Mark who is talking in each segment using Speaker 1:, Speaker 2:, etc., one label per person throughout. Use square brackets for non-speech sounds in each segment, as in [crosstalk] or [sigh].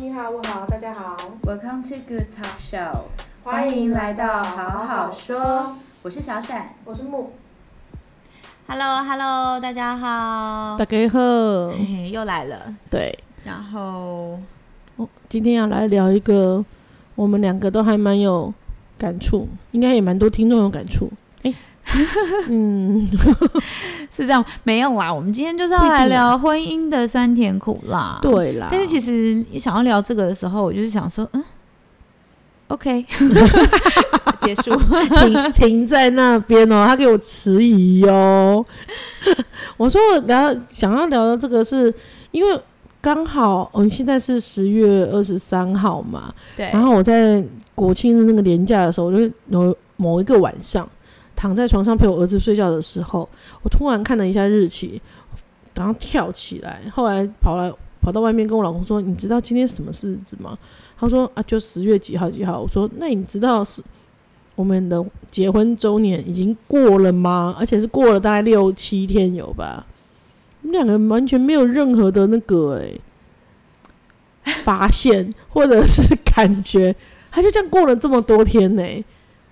Speaker 1: 你好，我好，大家好，
Speaker 2: Welcome to Good Talk Show，
Speaker 1: 欢迎来到好
Speaker 2: 好
Speaker 1: 好
Speaker 2: 好
Speaker 1: 说
Speaker 2: 说，我是小闪。
Speaker 1: 我是木，
Speaker 3: h e l l o h e l l o 大家好，
Speaker 4: 大家好，
Speaker 3: 嘿嘿又来了。
Speaker 4: 对，
Speaker 3: 然后，
Speaker 4: 我今天要来聊一个我们两个都还蛮有感触，应该也蛮多听众有感触。
Speaker 3: [laughs]
Speaker 4: 哎、嗯，
Speaker 3: 是这样，没有啦。我们今天就是要
Speaker 4: 不一定啊
Speaker 3: 来聊婚姻的酸甜苦辣。。
Speaker 4: 对啦，
Speaker 3: 但是其实想要聊这个的时候，我就是想说，嗯，OK，结 [laughs] 束。
Speaker 4: 停停在那边哦，他给我迟疑哦。 [laughs] 我说我聊想要聊的这个是因为刚好我们、现在是十月二十三号嘛，
Speaker 3: 对，
Speaker 4: 然后我在国庆日那个年假的时候，我就是有某一个晚上躺在床上陪我儿子睡觉的时候，我突然看了一下日期，然后跳起来，后来跑来跑到外面跟我老公说：“你知道今天什么日子吗？”他说：“啊，就十月几号几号。”我说：“那你知道是我们的结婚周年已经过了吗？而且是过了大概六七天有吧？”我们两个完全没有任何的那个诶、发现或者是感觉，他就这样过了这么多天呢、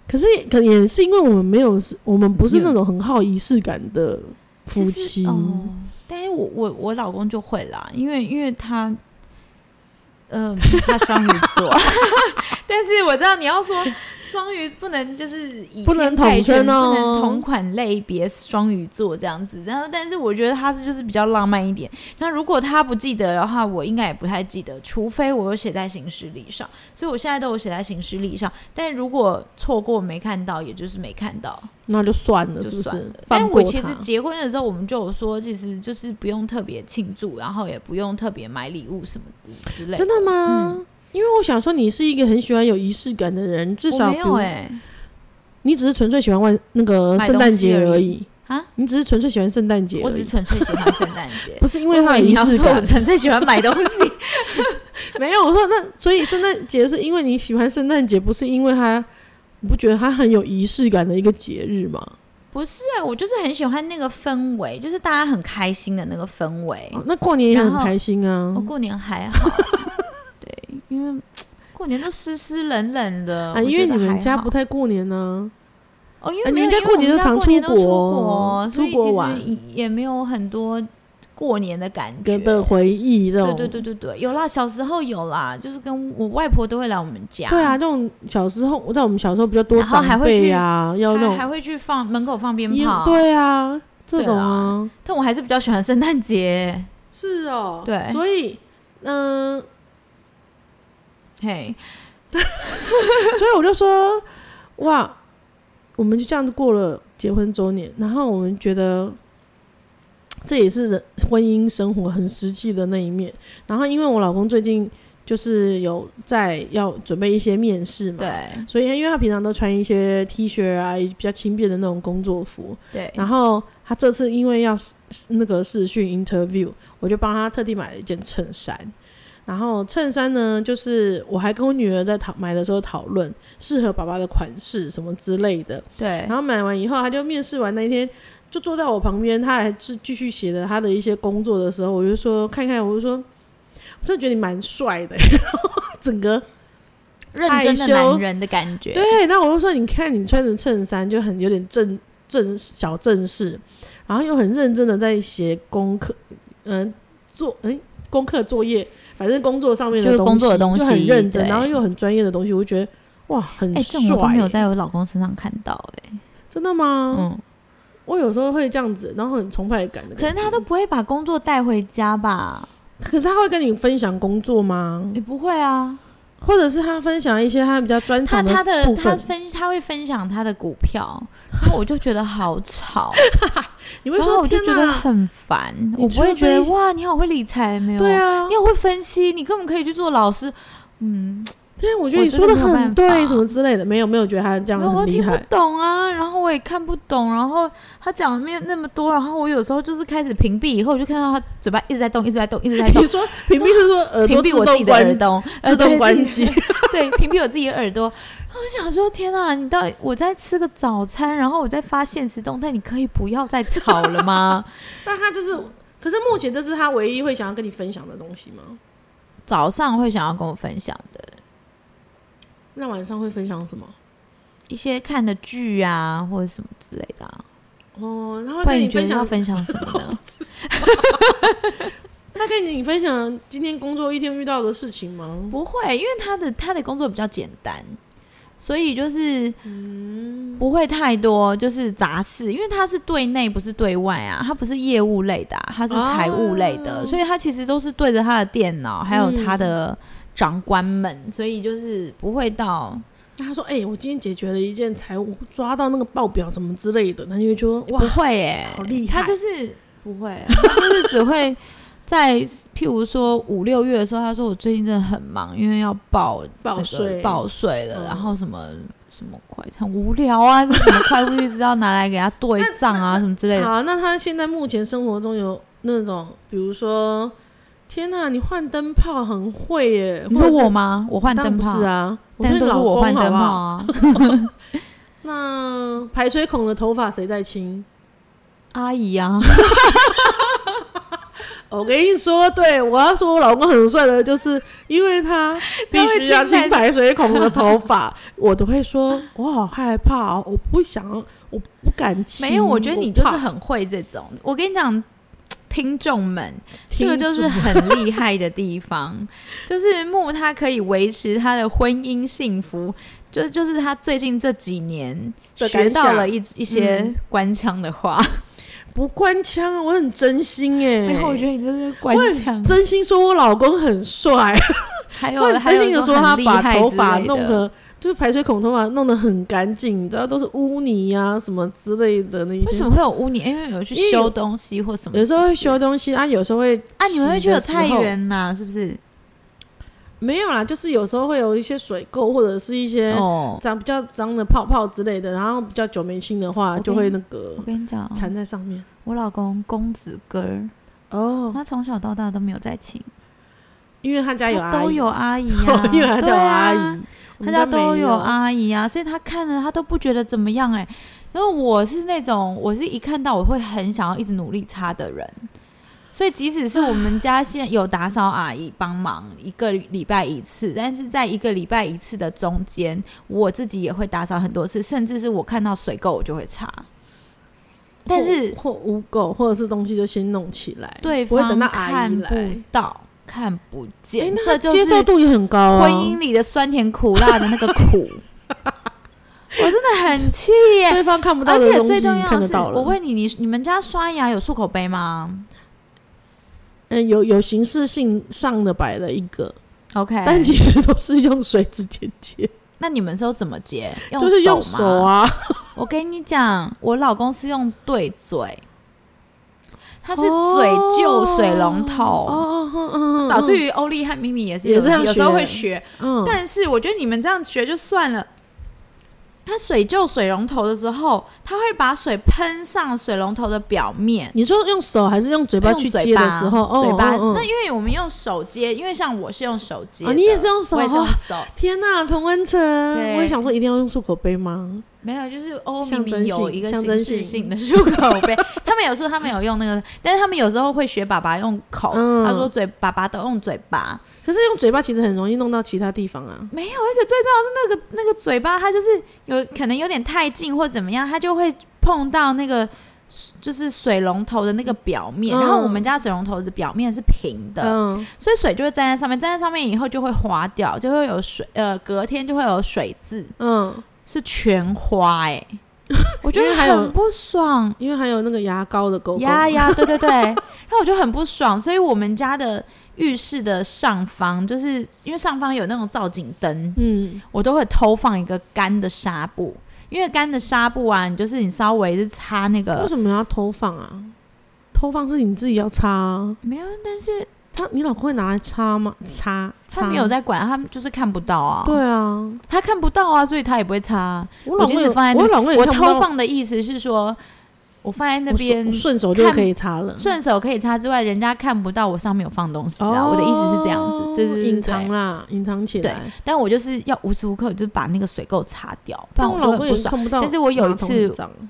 Speaker 4: 可是可能也是因为我们没有，我们不是那种很好仪式感的夫
Speaker 3: 其实
Speaker 4: 妻，
Speaker 3: 哦，但是我我我老公就会啦，因为因为他，嗯、 [laughs] 他双鱼座， [laughs] 但是我知道你要说双鱼不能就是以
Speaker 4: 不能
Speaker 3: 偏概
Speaker 4: 统称
Speaker 3: 全
Speaker 4: 哦
Speaker 3: 不能同款类别双鱼座这样子。然后，但是我觉得他是就是比较浪漫一点。那如果他不记得的话，我应该也不太记得，除非我有写在行事历上。所以我现在都有写在行事历上，但如果错过没看到，也就是没看到。
Speaker 4: 那就算了，是
Speaker 3: 就
Speaker 4: 不
Speaker 3: 算了
Speaker 4: 是？。
Speaker 3: 但
Speaker 4: 放
Speaker 3: 我
Speaker 4: 过
Speaker 3: 其实
Speaker 4: 他
Speaker 3: 结婚的时候，我们就有说，其实就是不用特别庆祝，然后也不用特别买礼物什么的之类
Speaker 4: 真的吗？因为我想说，你是一个很喜欢有仪式感的人，至
Speaker 3: 嗯我
Speaker 4: 少
Speaker 3: 没
Speaker 4: 比
Speaker 3: 有
Speaker 4: 如
Speaker 3: 哎、
Speaker 4: 你只是纯粹喜欢万那个
Speaker 3: 买
Speaker 4: 圣
Speaker 3: 东
Speaker 4: 诞
Speaker 3: 西
Speaker 4: 节
Speaker 3: 而
Speaker 4: 已
Speaker 3: 啊，
Speaker 4: 你只是纯粹喜欢圣诞节
Speaker 3: 我
Speaker 4: 而
Speaker 3: 只是
Speaker 4: 已，
Speaker 3: 纯粹喜欢圣诞节。
Speaker 4: [laughs] 不是因为他
Speaker 3: 我以
Speaker 4: 有
Speaker 3: 为你
Speaker 4: 仪
Speaker 3: 要
Speaker 4: 式
Speaker 3: 说我
Speaker 4: 感。
Speaker 3: 纯粹喜欢买东西，
Speaker 4: [laughs] 没有，我说那所以圣诞节是因为你喜欢圣诞节，不是因为它，你不觉得它很有仪式感的一个节日吗？
Speaker 3: 不是啊，我就是很喜欢那个氛围，就是大家很开心的那个氛围。
Speaker 4: 哦那过年也很
Speaker 3: 然后
Speaker 4: 开心啊
Speaker 3: 我、。过年还
Speaker 4: [laughs]
Speaker 3: 好，对，因为过年都湿湿冷冷的
Speaker 4: 啊，因为你们家不
Speaker 3: 太
Speaker 4: 太过年呢、
Speaker 3: 哦，因
Speaker 4: 啊
Speaker 3: 为没
Speaker 4: 你
Speaker 3: 有
Speaker 4: 们家
Speaker 3: 因为
Speaker 4: 过
Speaker 3: 我
Speaker 4: 年
Speaker 3: 们
Speaker 4: 都
Speaker 3: 家
Speaker 4: 常
Speaker 3: 过年
Speaker 4: 出
Speaker 3: 都出哦
Speaker 4: 国哦
Speaker 3: 所以
Speaker 4: 出国
Speaker 3: 其实
Speaker 4: 玩
Speaker 3: 也也没有很多过年的感觉
Speaker 4: 跟。的回忆这种，
Speaker 3: 对对对对对，有啦，小时候有啦，就是跟我外婆都会来我们家，
Speaker 4: 对啊，这种小时候，我在我们小时候比较多
Speaker 3: 然后还
Speaker 4: 长
Speaker 3: 会
Speaker 4: 辈
Speaker 3: 去
Speaker 4: 啊，要那
Speaker 3: 还
Speaker 4: 种
Speaker 3: 还会去放门口放鞭
Speaker 4: 因
Speaker 3: 炮，，
Speaker 4: 对啊，这
Speaker 3: 对
Speaker 4: 种
Speaker 3: 啦
Speaker 4: 啊，
Speaker 3: 但我还是比较喜欢圣诞节，
Speaker 4: 是哦
Speaker 3: 对
Speaker 4: 所以，嗯、 [laughs]
Speaker 3: 嘿，
Speaker 4: 所以我就说，哇，我们就这样子过了结婚周年，然后我们觉得这也是人婚姻生活很实际的那一面。然后因为我老公最近就是有在要准备一些面试嘛，，
Speaker 3: 对
Speaker 4: 所以因为他平常都穿一些 T 恤啊，比较轻便的那种工作服，
Speaker 3: 对，
Speaker 4: 然后他这次因为要试那个视讯 interview，我就帮他特地买了一件衬衫。然后衬衫呢，就是我还跟我女儿在讨买的时候讨论适合爸爸的款式什么之类的。
Speaker 3: 对
Speaker 4: 然，后买完以后，他就面试完那一天就坐在我旁边，他还是继续写着他的一些工作的时候，我就说看看，我就说我真的觉得你蛮帅的， [laughs] 整个
Speaker 3: 认真
Speaker 4: 害
Speaker 3: 的
Speaker 4: 羞
Speaker 3: 男人的感觉，
Speaker 4: 对，那我就说，你看你穿着衬衫就很有点正正小正式，然后又很认真的在写功课，嗯、做哎、功课作业，反正工作上面
Speaker 3: 就
Speaker 4: 的
Speaker 3: 是
Speaker 4: 东西
Speaker 3: 工作的东
Speaker 4: 就很
Speaker 3: 西
Speaker 4: 认真，
Speaker 3: 对
Speaker 4: 然后又很专业的东西，我就觉得哇，很
Speaker 3: 哎，这
Speaker 4: 帅、
Speaker 3: 种我都没有在我老公身上看到，哎，
Speaker 4: 真的吗？
Speaker 3: 嗯，
Speaker 4: 我有时候会这样子，然后很崇拜感的
Speaker 3: 可
Speaker 4: 感
Speaker 3: 能他
Speaker 4: 觉。
Speaker 3: 都不会把工作带回家吧？
Speaker 4: 可是他会跟你分享工作吗？
Speaker 3: 也不会啊，
Speaker 4: 或者是他分享一些他比较专
Speaker 3: 他
Speaker 4: 长
Speaker 3: 他的
Speaker 4: 部
Speaker 3: 他
Speaker 4: 分？
Speaker 3: 分他会分享他的股票，然后我就觉得好
Speaker 4: [laughs]
Speaker 3: 吵，
Speaker 4: 你会
Speaker 3: 然后
Speaker 4: 说
Speaker 3: 我就
Speaker 4: 天
Speaker 3: 觉得
Speaker 4: 哪，
Speaker 3: 很烦，
Speaker 4: 你
Speaker 3: 我不会
Speaker 4: 除
Speaker 3: 觉
Speaker 4: 非
Speaker 3: 得哇，你好会理财没有？
Speaker 4: 对，啊，
Speaker 3: 你好会分析，你根本可以去做老师。嗯，
Speaker 4: 对，我觉得
Speaker 3: 我
Speaker 4: 你
Speaker 3: 真
Speaker 4: 说
Speaker 3: 的
Speaker 4: 的
Speaker 3: 没有
Speaker 4: 很
Speaker 3: 办
Speaker 4: 对，
Speaker 3: 法
Speaker 4: 什么之类的，没有没有觉得他这样
Speaker 3: 没有我
Speaker 4: 很厉
Speaker 3: 听不
Speaker 4: 害，
Speaker 3: 懂啊，然后我也看不懂，然后他讲的面那么多，然后我有时候就是开始屏蔽以后，我就看到他嘴巴一直在动，一直在动，一直在动
Speaker 4: 你，说屏蔽是说 [laughs] 耳
Speaker 3: 哎屏
Speaker 4: 朵自
Speaker 3: 蔽我自己
Speaker 4: 动
Speaker 3: 的耳
Speaker 4: 关
Speaker 3: 洞，呃
Speaker 4: 自动
Speaker 3: 对
Speaker 4: 关
Speaker 3: [laughs]
Speaker 4: 机，
Speaker 3: 对，屏蔽我自己的耳朵。然后我想说，天啊，你到底我在吃个早餐，然后我在发现实动态，你可以不要再吵了吗？ [laughs]
Speaker 4: 但他就是，可是目前这是他唯一会想要跟你分享的东西吗？
Speaker 3: 早上会想要跟我分享的
Speaker 4: 那晚上会分享什么？
Speaker 3: 一些看的剧啊，或者什么之类的、啊。
Speaker 4: 哦，他会
Speaker 3: 不然
Speaker 4: 跟
Speaker 3: 你
Speaker 4: 你
Speaker 3: 觉得
Speaker 4: 分
Speaker 3: 要
Speaker 4: 享，
Speaker 3: 分享什么呢？
Speaker 4: 他跟你分享今天工作一天遇到的事情吗？
Speaker 3: 不会，因为他的他的工作比较简单，所以就是
Speaker 4: 嗯
Speaker 3: 不会太多就是杂事，因为他是对内不是对外啊，他不是业务类的啊、他是财务类的，
Speaker 4: 哦嗯
Speaker 3: 所以他其实都是对着他的电脑，还有他的长官们，所以就是不会到
Speaker 4: 那他说，哎、我今天解决了一件财务，抓到那个报表什么之类的，那你就觉得哇
Speaker 3: 不，会耶、
Speaker 4: 好厉害
Speaker 3: 他就是不会，他就是只会在譬如说五六月的时候，他说我最近真的很忙，因为要报
Speaker 4: 报
Speaker 3: 那个
Speaker 4: 税
Speaker 3: 报税了，
Speaker 4: 嗯
Speaker 3: 然后什么什么会很无聊啊， [laughs] 什么什么会计师要拿来给他对账
Speaker 4: [laughs]
Speaker 3: 啊，什么之类的。
Speaker 4: 好，那他现在目前生活中有那种，比如说，天呐，你换灯泡很会耶！
Speaker 3: 你
Speaker 4: 或
Speaker 3: 说
Speaker 4: 者是
Speaker 3: 我？吗？我换
Speaker 4: 当然
Speaker 3: 灯
Speaker 4: 不
Speaker 3: 泡
Speaker 4: 是，啊，我
Speaker 3: 但
Speaker 4: 说你
Speaker 3: 都是
Speaker 4: 老
Speaker 3: 我
Speaker 4: 公
Speaker 3: 换
Speaker 4: 好
Speaker 3: 灯
Speaker 4: 不
Speaker 3: 泡
Speaker 4: 好？ [laughs]
Speaker 3: 啊。
Speaker 4: 那排水孔的头发谁在清？
Speaker 3: 阿姨
Speaker 4: [laughs]
Speaker 3: 啊，
Speaker 4: 我跟你说，对我要说我老公很帅的，就是因为他必须要
Speaker 3: 清
Speaker 4: 清排水孔
Speaker 3: [laughs]
Speaker 4: 的头发，我都会说，我好害怕、哦，我不想，我不敢清。
Speaker 3: 没有，我觉得你就是
Speaker 4: 怕
Speaker 3: 很会这种。我跟你讲，听众们，这
Speaker 4: 听
Speaker 3: 个就是
Speaker 4: 众
Speaker 3: 很厉害的地方，就是木他可以维持他的婚姻幸福，就就是他最近这几年
Speaker 4: 的
Speaker 3: 学
Speaker 4: 感想
Speaker 3: 到了一一些
Speaker 4: 嗯
Speaker 3: 官腔的话，
Speaker 4: 不官腔啊，我很真心哎。
Speaker 3: 然后我觉得你这是官腔，
Speaker 4: 真心说我老公很帅。
Speaker 3: 还
Speaker 4: 我
Speaker 3: 有
Speaker 4: 很真心的
Speaker 3: 说
Speaker 4: 他把头发
Speaker 3: 发
Speaker 4: 弄得，就是排水孔头发弄得很干净，你知道都是污泥呀、什么之类的那一
Speaker 3: 为
Speaker 4: 些
Speaker 3: 什。么会有污泥？因为有去
Speaker 4: 因为
Speaker 3: 修东西或什么，
Speaker 4: 有时候会修东西啊，有时候会
Speaker 3: 啊，你们会
Speaker 4: 洗
Speaker 3: 去有
Speaker 4: 的时候
Speaker 3: 菜园呐，是不是？
Speaker 4: 没有啦，就是有时候会有一些水垢或者是一些
Speaker 3: 哦，
Speaker 4: 脏比较脏的泡泡之类的，然后比较久没清的话
Speaker 3: 跟
Speaker 4: 就会那个
Speaker 3: 我跟你讲，
Speaker 4: 缠在上面。
Speaker 3: 我老公公子哥儿。
Speaker 4: 哦，
Speaker 3: 他从小到大都没有在请，
Speaker 4: 因为他家有
Speaker 3: 他
Speaker 4: 阿姨，
Speaker 3: 都有阿姨啊，
Speaker 4: 因为他家 [laughs] 有阿
Speaker 3: 对啊
Speaker 4: 姨，我
Speaker 3: 他
Speaker 4: 们
Speaker 3: 家都
Speaker 4: 没
Speaker 3: 有
Speaker 4: 有。
Speaker 3: 阿姨啊，所以他看了他都不觉得怎么样哎、因为我是那种我是一看到我会很想要一直努力擦的人，所以即使是我们
Speaker 4: 啊
Speaker 3: 家现在有打扫阿姨帮忙一个礼拜一次，但是在一个礼拜一次的中间，我自己也会打扫很多次，甚至是我看到水垢我就会擦。但是
Speaker 4: 或或污垢或者是东西就先弄起来，
Speaker 3: 对
Speaker 4: 不会等
Speaker 3: 方
Speaker 4: 到阿
Speaker 3: 看
Speaker 4: 姨
Speaker 3: 不
Speaker 4: 来。
Speaker 3: 到、看不见，
Speaker 4: 诶那
Speaker 3: 这
Speaker 4: 他
Speaker 3: 就
Speaker 4: 接
Speaker 3: 是
Speaker 4: 受度也很高啊。
Speaker 3: 婚姻里的酸甜苦辣的那个
Speaker 4: [laughs]
Speaker 3: 苦，我真的很气耶！
Speaker 4: 对方看不到
Speaker 3: 而
Speaker 4: 的
Speaker 3: 且
Speaker 4: 东西，
Speaker 3: 最重要的
Speaker 4: 看得
Speaker 3: 是，
Speaker 4: 到了。
Speaker 3: 我问你，你你们家刷牙有漱口杯吗
Speaker 4: 嗯，有有形式性上的摆了一个，
Speaker 3: ？OK，
Speaker 4: 但其实都是用水直接接，
Speaker 3: 那你们是都怎么接？用
Speaker 4: 就是用
Speaker 3: 手
Speaker 4: 手
Speaker 3: 吗？
Speaker 4: 啊。
Speaker 3: 我跟你讲，我老公是用对嘴，他是
Speaker 4: 哦
Speaker 3: 嘴就水龙
Speaker 4: 哦
Speaker 3: 头，
Speaker 4: 哦哦哦，
Speaker 3: 导致
Speaker 4: 于
Speaker 3: 于欧丽和咪咪也是
Speaker 4: 也
Speaker 3: 有
Speaker 4: 是这样
Speaker 3: 有时候
Speaker 4: 学
Speaker 3: 会学，
Speaker 4: 嗯，
Speaker 3: 但是我觉得你们这样学就算了。他水救水龙头的时候，他会把水喷上水龙头的表面，
Speaker 4: 你说用手还是用嘴巴去
Speaker 3: 用嘴
Speaker 4: 接
Speaker 3: 巴
Speaker 4: 的时候，哦
Speaker 3: 嘴巴。
Speaker 4: 哦
Speaker 3: 那
Speaker 4: 哦
Speaker 3: 因为我们用手接，因为像我是用手接的，
Speaker 4: 哦，你也是用手
Speaker 3: 我也是用
Speaker 4: 哦。
Speaker 3: 手，
Speaker 4: 天呐，同温层！
Speaker 3: 对
Speaker 4: 我也想说，一定要用漱口杯吗？
Speaker 3: 没有，就是欧明
Speaker 4: 象征
Speaker 3: 明有
Speaker 4: 性
Speaker 3: 一个
Speaker 4: 象
Speaker 3: 形
Speaker 4: 征
Speaker 3: 式
Speaker 4: 性
Speaker 3: 性的漱口杯， [laughs] 他们有时候他们有用那个，但是他们有时候会学爸爸用口，
Speaker 4: 嗯
Speaker 3: 他说嘴爸爸都用嘴巴，
Speaker 4: 可是用嘴巴其实很容易弄到其他地方啊。
Speaker 3: 没有，而且最重要的是那个那个嘴巴，它就是有可能有点太近或怎么样，它就会碰到那个就是水龙头的那个表面。
Speaker 4: 嗯
Speaker 3: 然后我们家水龙头的表面是平的，
Speaker 4: 嗯，
Speaker 3: 所以水就会粘在上面，粘在上面以后就会滑掉，就会有水呃，隔天就会有水渍，
Speaker 4: 嗯，
Speaker 3: 是全花
Speaker 4: [laughs]
Speaker 3: 哎、我觉
Speaker 4: 因
Speaker 3: 得
Speaker 4: 为还有
Speaker 3: 很不爽。
Speaker 4: 因为还有那个牙膏的狗狗，
Speaker 3: 呀
Speaker 4: [laughs]
Speaker 3: 呀，对对对，然后我就很不爽，所以我们家的浴室的上方，就是因为上方有那种造景灯，
Speaker 4: 嗯，
Speaker 3: 我都会偷放一个干的纱布，因为干的纱布啊，你就是你稍微是擦那
Speaker 4: 为
Speaker 3: 个
Speaker 4: 什么要偷放啊？偷放是你自己要擦、啊，
Speaker 3: 没有，但是
Speaker 4: 他你老公会拿来擦吗？擦，擦
Speaker 3: 嗯他没有。在管，他就是看不到啊，
Speaker 4: 对啊，
Speaker 3: 他看不到啊，所以他也不会擦啊。
Speaker 4: 我老
Speaker 3: 即
Speaker 4: 公
Speaker 3: 使
Speaker 4: 也
Speaker 3: 放在那
Speaker 4: 我老公也
Speaker 3: 我
Speaker 4: 看不
Speaker 3: 偷
Speaker 4: 到
Speaker 3: 放的意思是说，我放在那
Speaker 4: 我
Speaker 3: 边
Speaker 4: 顺顺手就可以擦了。
Speaker 3: 顺手可以擦之外，人家看不到我上面有放东西啊。
Speaker 4: 哦
Speaker 3: 我的意思是这样子，对对对
Speaker 4: 隐
Speaker 3: 对
Speaker 4: 藏
Speaker 3: 对。
Speaker 4: 啦，隐藏起来。
Speaker 3: 但我就是要无时无刻就是把那个水垢擦掉，不
Speaker 4: 但
Speaker 3: 然
Speaker 4: 我
Speaker 3: 我就很
Speaker 4: 老公
Speaker 3: 不
Speaker 4: 也
Speaker 3: 爽。
Speaker 4: 看不到马
Speaker 3: 但
Speaker 4: 桶
Speaker 3: 是我有一
Speaker 4: 很脏。
Speaker 3: 次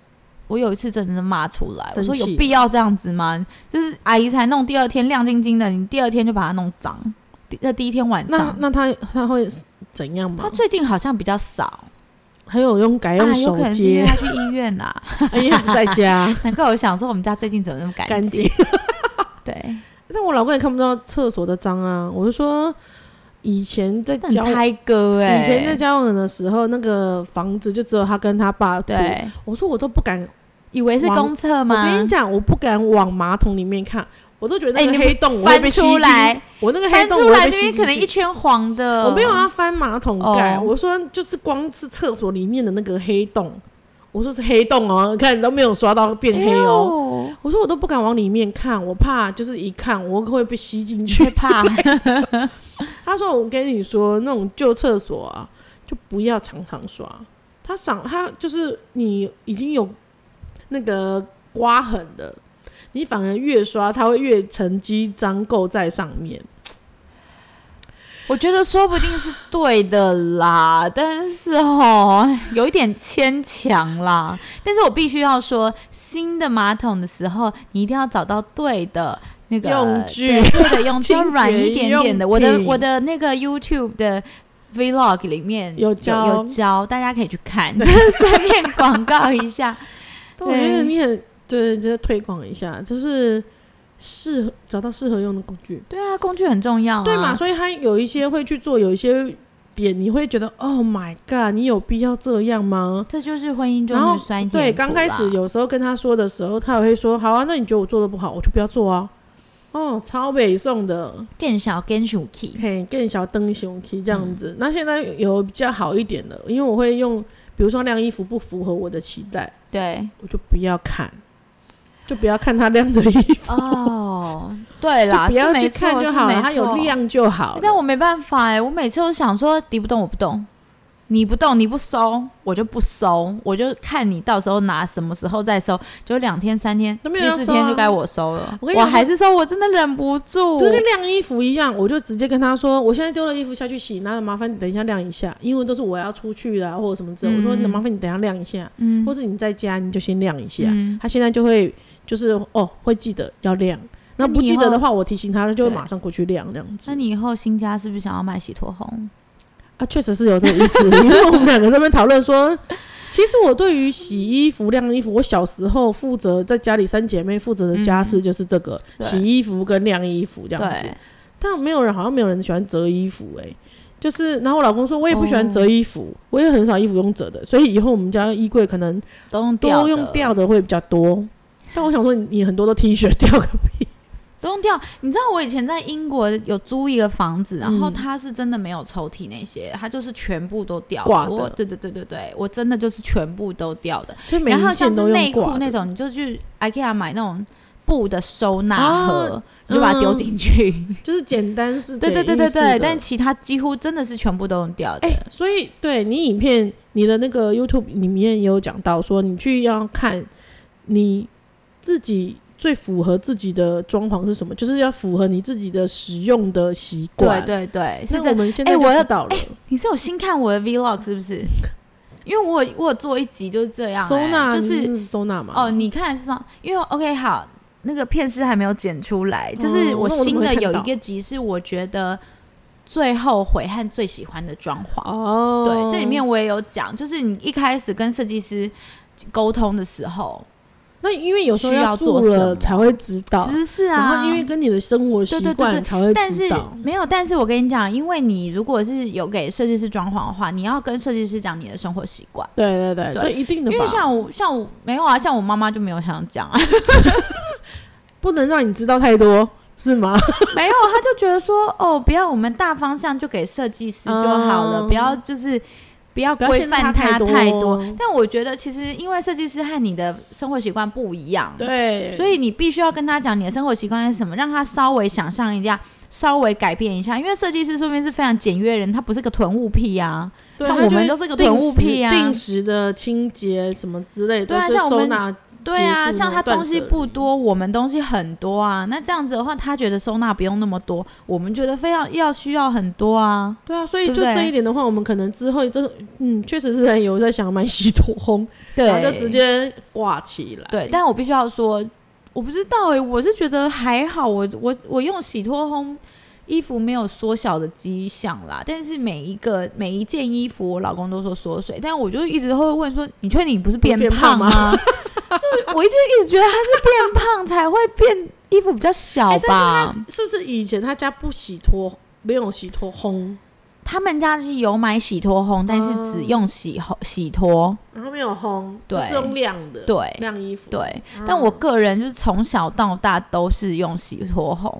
Speaker 3: 我有一次真的是骂出来，我
Speaker 4: 生
Speaker 3: 说有
Speaker 4: 气
Speaker 3: 必要这样子吗？就是阿姨才弄第二天亮晶晶的，你第二天就把它弄脏，那第一天晚
Speaker 4: 那
Speaker 3: 上，
Speaker 4: 那他他会怎样吗
Speaker 3: 他？最近好像比较少，
Speaker 4: 还有用改用
Speaker 3: 啊，有
Speaker 4: 手
Speaker 3: 可能是因为
Speaker 4: 接，
Speaker 3: 他去医院啦、
Speaker 4: [laughs] 因为不在家
Speaker 3: [laughs] 难怪我想说我们家最近怎么那么干
Speaker 4: 干净。
Speaker 3: 对，
Speaker 4: 但我老公也看不到厕所的脏啊。我就说，以前在
Speaker 3: 但
Speaker 4: 交
Speaker 3: 很胎哥哎、
Speaker 4: 以前在交往的时候，那个房子就只有他跟他爸住。
Speaker 3: 对，
Speaker 4: 我说我都不敢，
Speaker 3: 以为是公厕
Speaker 4: 我
Speaker 3: 吗？
Speaker 4: 跟你讲，我不敢往马桶里面看，我都觉得那
Speaker 3: 哎
Speaker 4: 个
Speaker 3: 你
Speaker 4: 黑洞我会
Speaker 3: 翻
Speaker 4: 被吸
Speaker 3: 出
Speaker 4: 进
Speaker 3: 来，
Speaker 4: 我那个黑
Speaker 3: 翻
Speaker 4: 洞
Speaker 3: 出
Speaker 4: 我
Speaker 3: 来
Speaker 4: 会被
Speaker 3: 那
Speaker 4: 吸
Speaker 3: 边
Speaker 4: 进
Speaker 3: 可能一
Speaker 4: 去。
Speaker 3: 圈黄的，
Speaker 4: 我没有要啊翻马桶盖，
Speaker 3: 哦
Speaker 4: 我说就是光是厕所里面的那个黑洞，我说是黑洞哦，你看你都没有刷到变黑哦。
Speaker 3: 哦，
Speaker 4: 我说我都不敢往里面看，我怕就是一看我会被吸进去。
Speaker 3: 会
Speaker 4: [laughs]
Speaker 3: 怕 [laughs]
Speaker 4: 他说我跟你说，那种旧厕所啊，就不要常常刷。他长他就是你已经有那个刮痕的，你反而越刷，它会越沉积脏垢在上面。
Speaker 3: 我觉得说不定是对的啦，但是哦，有一点牵强啦。但是我必须要说，新的马桶的时候，你一定要找到对的那个
Speaker 4: 用具
Speaker 3: 对对的用具，
Speaker 4: 清
Speaker 3: 要
Speaker 4: 洁
Speaker 3: 软一点点的。
Speaker 4: 用
Speaker 3: 我的
Speaker 4: 品
Speaker 3: 我的那个 YouTube 的 Vlog 里面
Speaker 4: 有教
Speaker 3: 有教，大家可以去
Speaker 4: [laughs]
Speaker 3: 看，顺便广告一下。
Speaker 4: 但我觉得
Speaker 3: 对
Speaker 4: 你很对，就是推广一下，就是适合找到适合用的工具。
Speaker 3: 对啊，工具很重要、啊，
Speaker 4: 对嘛？所以他有一些会去做，有一些点你会觉得，Oh my god，你有必要这样吗？
Speaker 3: 这就是婚姻中
Speaker 4: 然后
Speaker 3: 的酸甜苦
Speaker 4: 对，刚开始
Speaker 3: 辣
Speaker 4: 有时候跟他说的时候，他也会说，好啊，那你觉得我做的不好，我就不要做啊。哦，超北宋的，
Speaker 3: 更小更小气，
Speaker 4: 嘿，更小灯熊皮这样子。那现在有比较好一点的，因为我会用，比如说晾衣服不符合我的期待，
Speaker 3: 对。
Speaker 4: 我就不要看，就不要看他晾的衣服， [laughs]
Speaker 3: 哦，对啦，
Speaker 4: 就不要
Speaker 3: 是
Speaker 4: 去
Speaker 3: 没错
Speaker 4: 看就好了，他有。
Speaker 3: 是没错哎
Speaker 4: 晾就好了。
Speaker 3: 但我没办法哎、我每次都想说敌不动我不动，你不动你不收我就不收，我就看你到时候拿什么时候再收，就两天三天，
Speaker 4: 都
Speaker 3: 第
Speaker 4: 没有要
Speaker 3: 四
Speaker 4: 收啊
Speaker 3: 天就该我收了，我
Speaker 4: 我跟你讲
Speaker 3: 还是收，我真的忍不住
Speaker 4: 就。跟晾衣服一样，我就直接跟他说，我现在丢了衣服下去洗，那麻烦你等一下晾一下，因为都是我要出去的、啊、或者什么之类
Speaker 3: 嗯
Speaker 4: 的。我说，麻烦你等一下晾一下，
Speaker 3: 嗯
Speaker 4: 或是你在家你就先晾一下。
Speaker 3: 嗯
Speaker 4: 他现在就会就是哦，会记得要晾。
Speaker 3: 那
Speaker 4: 那
Speaker 3: 你
Speaker 4: 不记
Speaker 3: 以
Speaker 4: 得
Speaker 3: 后
Speaker 4: 的话，我提醒他，他就会
Speaker 3: 对
Speaker 4: 马上过去晾这样子
Speaker 3: 那。你以后新家是不是想要买洗脱烘？
Speaker 4: 啊，确实是有这个意思，因为我们两个在那边讨论说，其实我对于洗衣服、晾衣服，我小时候负责在家里三姐妹负责的家事就是这个、
Speaker 3: 嗯对
Speaker 4: 洗衣服跟晾衣服这样子。
Speaker 3: 对，
Speaker 4: 但没有人好像没有人喜欢折衣服哎、就是，然后我老公说，我也不喜
Speaker 3: 哦
Speaker 4: 欢折衣服，我也很少衣服用折的，所以以后我们家衣柜可能
Speaker 3: 都用
Speaker 4: 多
Speaker 3: 的
Speaker 4: 用掉的会比较多。但我想说你，你很多都 T 恤 [laughs] 掉个屁，
Speaker 3: 都用掉。你知道我以前在英国有租一个房子，然后
Speaker 4: 嗯
Speaker 3: 它是真的没有抽屉那些，它就是全部都掉
Speaker 4: 挂的
Speaker 3: 我对对对对对，我真的就是全部都掉的。
Speaker 4: 所以每
Speaker 3: 然
Speaker 4: 一
Speaker 3: 后像
Speaker 4: 件
Speaker 3: 是
Speaker 4: 都用
Speaker 3: 内
Speaker 4: 挂
Speaker 3: 裤
Speaker 4: 的
Speaker 3: 那种，你就去 IKEA 买那种布的收纳盒，
Speaker 4: 哦
Speaker 3: 你就把它丢
Speaker 4: 嗯
Speaker 3: 进去。
Speaker 4: 就是简单是
Speaker 3: 对对
Speaker 4: 简
Speaker 3: 对对
Speaker 4: 易式
Speaker 3: 对，
Speaker 4: 的
Speaker 3: 但其他几乎真的是全部都用掉的。
Speaker 4: 哎、所以对你影片，你的那个 YouTube 里面也有讲到说，你去要看你自己最符合自己的装潢是什么，就是要符合你自己的使用的习
Speaker 3: 对
Speaker 4: 惯。
Speaker 3: 对对，是真
Speaker 4: 那
Speaker 3: 的
Speaker 4: 我们现在
Speaker 3: 哎
Speaker 4: 就
Speaker 3: 我要
Speaker 4: 知道了，
Speaker 3: 你是有新看我的 Vlog 是不是？因为我有我有做一集就是这样、哎
Speaker 4: 收纳
Speaker 3: 就是
Speaker 4: 你收纳嗯嘛。
Speaker 3: 哦，你看是吗？因为 OK 好，那个片师还没有剪出来，就是
Speaker 4: 嗯
Speaker 3: 我
Speaker 4: 那我怎
Speaker 3: 新
Speaker 4: 么会
Speaker 3: 的
Speaker 4: 看
Speaker 3: 有
Speaker 4: 到
Speaker 3: 一个集是我觉得最后悔和最喜欢的装潢。
Speaker 4: 哦，
Speaker 3: 对，这里面我也有讲，就是你一开始跟设计师沟通的时候，
Speaker 4: 那因为有时候
Speaker 3: 需要
Speaker 4: 住
Speaker 3: 做什
Speaker 4: 了
Speaker 3: 么
Speaker 4: 才会知道，
Speaker 3: 其实是
Speaker 4: 然
Speaker 3: 啊，
Speaker 4: 后因为跟你的生活习
Speaker 3: 对对对
Speaker 4: 惯
Speaker 3: 对
Speaker 4: 才会
Speaker 3: 但是
Speaker 4: 知道。
Speaker 3: 没有，但是我跟你讲，因为你如果是有给设计师装潢的话，你要跟设计师讲你的生活习惯。
Speaker 4: 对对对，
Speaker 3: 对
Speaker 4: 这一定的
Speaker 3: 因为
Speaker 4: 吧，
Speaker 3: 像我像我没有啊，像我妈妈就没有想讲啊，
Speaker 4: 不能让你知道太多，
Speaker 3: [laughs]
Speaker 4: 是吗？ [laughs]
Speaker 3: 没有，她就觉得说哦，不要我们大方向就给设计师就好了，
Speaker 4: 嗯
Speaker 3: 不要就是不要
Speaker 4: 不要
Speaker 3: 规
Speaker 4: 限制
Speaker 3: 范
Speaker 4: 他太
Speaker 3: 太
Speaker 4: 多
Speaker 3: 但我觉得其实因为设计师和你的生活习惯不一样，
Speaker 4: 对，
Speaker 3: 所以你必须要跟他讲你的生活习惯是什么，让他稍微想象一下，稍微改变一下。因为设计师说不定是非常简约的人，他不是个囤物癖啊。
Speaker 4: 对
Speaker 3: 像
Speaker 4: 它
Speaker 3: 我
Speaker 4: 就
Speaker 3: 们
Speaker 4: 会
Speaker 3: 都是个
Speaker 4: 定
Speaker 3: 囤物
Speaker 4: 时
Speaker 3: 癖啊
Speaker 4: 定时的清洁什么之类的，
Speaker 3: 对啊
Speaker 4: 这
Speaker 3: 像我
Speaker 4: 收
Speaker 3: 们
Speaker 4: 纳
Speaker 3: 对啊，
Speaker 4: 结束
Speaker 3: 像他
Speaker 4: 断
Speaker 3: 东西
Speaker 4: 舍离
Speaker 3: 不多，我们东西很多啊。那这样子的话，他觉得收纳不用那么多，我们觉得非要要需要很多啊。
Speaker 4: 对啊，所以
Speaker 3: 对
Speaker 4: 就
Speaker 3: 不对
Speaker 4: 这一点的话，我们可能之后真的，嗯，确实是有在想买洗脱烘，然后就直接挂起来。
Speaker 3: 对，但我必须欸要说，我不知道哎、我是觉得还好，我我我用洗脱烘。衣服没有缩小的迹象啦，但是每一个每一件衣服，我老公都说缩水，但我就一直会问说，你确定你不是变
Speaker 4: 变
Speaker 3: 胖
Speaker 4: 胖
Speaker 3: 吗？ [laughs] 就是我一直一直觉得他是变胖才会变衣服比较小
Speaker 4: 哎但是
Speaker 3: 吧。
Speaker 4: 是不是以前他家不洗脱，没有洗脱烘，
Speaker 3: 他们家是有买洗脱烘，但是只用洗烘洗脱。
Speaker 4: 然后没有烘，
Speaker 3: 对
Speaker 4: 是用晾的，，
Speaker 3: 对
Speaker 4: 晾衣服，，啊
Speaker 3: 对，但我
Speaker 4: 嗯
Speaker 3: 个人就是从小到大都是用洗脱烘，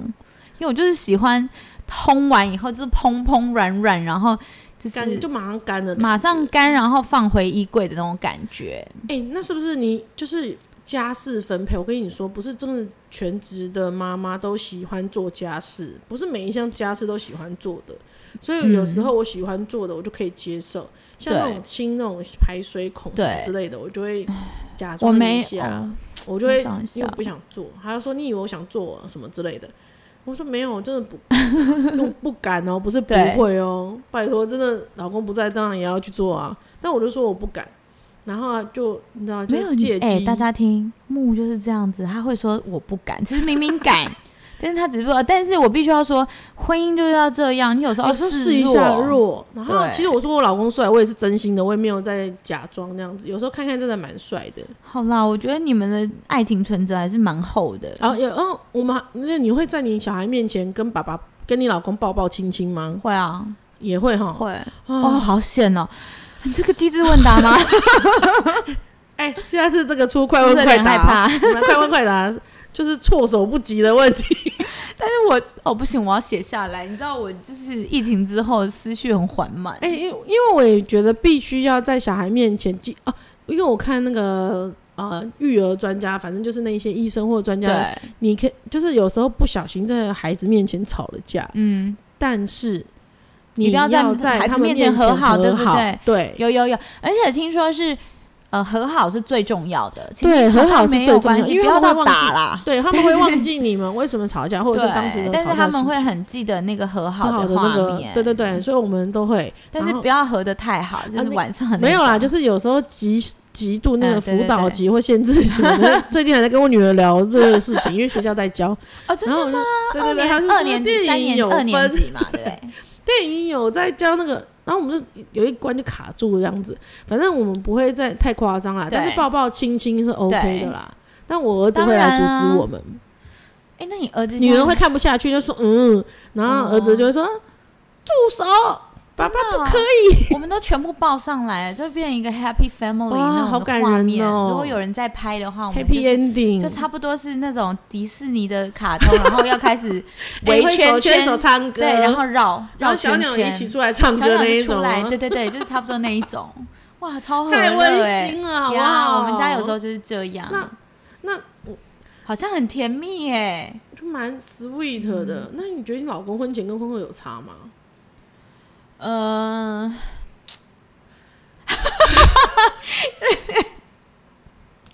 Speaker 3: 因为我就是喜欢烘完以后就是蓬蓬软软，然后就
Speaker 4: 感觉
Speaker 3: 是
Speaker 4: 就马上干了。
Speaker 3: 马上干，然后放回衣柜的那种感觉。
Speaker 4: 哎、那是不是你就是家事分配？我跟你说，不是真的全职的妈妈都喜欢做家事，不是每一项家事都喜欢做的。所以有时候我喜欢做的，我就可以接受，像那种
Speaker 3: 嗯对
Speaker 4: 清那种排水孔什么
Speaker 3: 对
Speaker 4: 之类的，我就会假
Speaker 3: 我
Speaker 4: 装一
Speaker 3: 没有，
Speaker 4: 下，
Speaker 3: 哦
Speaker 4: 我就会
Speaker 3: 我想一
Speaker 4: 因为
Speaker 3: 下
Speaker 4: 我不想做。他就说你以为我想做啊什么之类的。我说没有，我
Speaker 3: [laughs]
Speaker 4: 真的不，我不敢哦，不是不
Speaker 3: 对
Speaker 4: 会哦，拜托，真的老公不在，当然也要去做啊。但我就说我不敢，然后啊就你知道，就
Speaker 3: 没有
Speaker 4: 借
Speaker 3: 你
Speaker 4: 机、
Speaker 3: 哎、大家听木就是这样子，他会说我不敢，其实明明
Speaker 4: [laughs]
Speaker 3: 敢。但是他只不过，但是我必须要说，婚姻就是要这样。你有时候
Speaker 4: 有时候哦试一下弱。然后
Speaker 3: 对
Speaker 4: 其实我说我老公帅，我也是真心的，我也没有在假装那样子。有时候看看真的蛮帅的。
Speaker 3: 好啦，我觉得你们的爱情存折还是蛮厚的。
Speaker 4: 然后有，然后我们还那你会在你小孩面前跟爸爸、跟你老公抱抱亲亲吗？
Speaker 3: 会啊，
Speaker 4: 也会哈。
Speaker 3: 会
Speaker 4: 哦
Speaker 3: 哦，好险哦！你这个机智问答
Speaker 4: [laughs]
Speaker 3: 吗？
Speaker 4: 哎、现在是这个出快
Speaker 3: 是
Speaker 4: 问
Speaker 3: 不是有
Speaker 4: 快
Speaker 3: 点害怕
Speaker 4: 答，
Speaker 3: [laughs]
Speaker 4: 我们来快问快答，就是措手不及的问题。
Speaker 3: 但是我哦不行，我要写下来。你知道我就是疫情之后思绪很缓慢，
Speaker 4: 哎、因为因为我也觉得必须要在小孩面前记哦、因为我看那个呃育儿专家，反正就是那些医生或专家，
Speaker 3: 对，
Speaker 4: 你可以就是有时候不小心在孩子面前吵了架，
Speaker 3: 嗯，
Speaker 4: 但是
Speaker 3: 一
Speaker 4: 你
Speaker 3: 定要在
Speaker 4: 要在
Speaker 3: 孩子
Speaker 4: 他们
Speaker 3: 面前
Speaker 4: 前
Speaker 3: 和好对
Speaker 4: 对
Speaker 3: 不对
Speaker 4: 对。
Speaker 3: 有有有，而且听说是呃和好是最重要的，情
Speaker 4: 对
Speaker 3: 绪吵
Speaker 4: 和好
Speaker 3: 架
Speaker 4: 是
Speaker 3: 没
Speaker 4: 最
Speaker 3: 有
Speaker 4: 重要
Speaker 3: 关系，
Speaker 4: 因为
Speaker 3: 不
Speaker 4: 他
Speaker 3: 要
Speaker 4: 们
Speaker 3: 到
Speaker 4: 会忘记
Speaker 3: 打啦。
Speaker 4: 对他们会忘记你们为什么吵架，或者是当时的
Speaker 3: 但
Speaker 4: 吵
Speaker 3: 是
Speaker 4: 架
Speaker 3: 他
Speaker 4: 事
Speaker 3: 们会
Speaker 4: 情
Speaker 3: 很记得那个和
Speaker 4: 和好
Speaker 3: 的
Speaker 4: 的那
Speaker 3: 画
Speaker 4: 个
Speaker 3: 面，，
Speaker 4: 对对对，所以我们都会，
Speaker 3: 但
Speaker 4: 然
Speaker 3: 是
Speaker 4: 后
Speaker 3: 不要和的太好，就
Speaker 4: 啊
Speaker 3: 是
Speaker 4: 那
Speaker 3: 晚上很
Speaker 4: 没有啦，就是是有时候极极度那个
Speaker 3: 嗯对
Speaker 4: 辅
Speaker 3: 对
Speaker 4: 导
Speaker 3: 对
Speaker 4: 级或限制级的。最近还在跟我女儿聊这个事情，因为学校在教。
Speaker 3: 哦， [laughs] 真
Speaker 4: 然后
Speaker 3: 的
Speaker 4: 我就
Speaker 3: 吗？
Speaker 4: 对
Speaker 3: 二
Speaker 4: 对对，
Speaker 3: 年
Speaker 4: 她就
Speaker 3: 二
Speaker 4: 说
Speaker 3: 年级、三
Speaker 4: 电影
Speaker 3: 年
Speaker 4: 有
Speaker 3: 二
Speaker 4: 分，
Speaker 3: 年级嘛，对不
Speaker 4: [laughs]
Speaker 3: 对？
Speaker 4: 电影有在教那个。然后我们就有一关就卡住这样子，反正我们不会再太夸张啦，
Speaker 3: 对
Speaker 4: 但是抱抱亲亲是 OK
Speaker 3: 对
Speaker 4: 的啦。但我儿子会来
Speaker 3: 当然
Speaker 4: 阻
Speaker 3: 啊
Speaker 4: 止我们，
Speaker 3: 哎，那你哦儿子
Speaker 4: 女
Speaker 3: 现
Speaker 4: 儿
Speaker 3: 在
Speaker 4: 会看不下去就说嗯，然后儿子就会说住手，爸爸不可以。
Speaker 3: 啊我们都全部报上来，就变一个 Happy Family
Speaker 4: 哇
Speaker 3: 那
Speaker 4: 好
Speaker 3: 种
Speaker 4: 感
Speaker 3: 的画面。
Speaker 4: 人哦
Speaker 3: 如果有人在拍的话，我们就
Speaker 4: Happy
Speaker 3: 是
Speaker 4: ending，
Speaker 3: 就差不多是那种迪士尼的卡
Speaker 4: [laughs]
Speaker 3: 通，然后要开始
Speaker 4: 哎
Speaker 3: 围
Speaker 4: 会手
Speaker 3: 圈圈
Speaker 4: 牵手，唱歌，
Speaker 3: 对，然后绕绕
Speaker 4: 然后小
Speaker 3: 圈
Speaker 4: 鸟
Speaker 3: 圈
Speaker 4: 一起出来唱
Speaker 3: 小
Speaker 4: 歌
Speaker 3: 鸟
Speaker 4: 那
Speaker 3: 一
Speaker 4: 一
Speaker 3: 出
Speaker 4: 种
Speaker 3: 来，
Speaker 4: 啊，
Speaker 3: 对对对，就是差不多那一种。哇，超和
Speaker 4: 太
Speaker 3: 乐
Speaker 4: 温
Speaker 3: 哎！
Speaker 4: 馨了，好不
Speaker 3: 呀，
Speaker 4: 好？
Speaker 3: 我们家有时候就是这样，
Speaker 4: 那那
Speaker 3: 好像很甜蜜哎。
Speaker 4: 就蛮 sweet 的。那你觉得你老公婚前跟婚后有差吗？
Speaker 3: 嗯，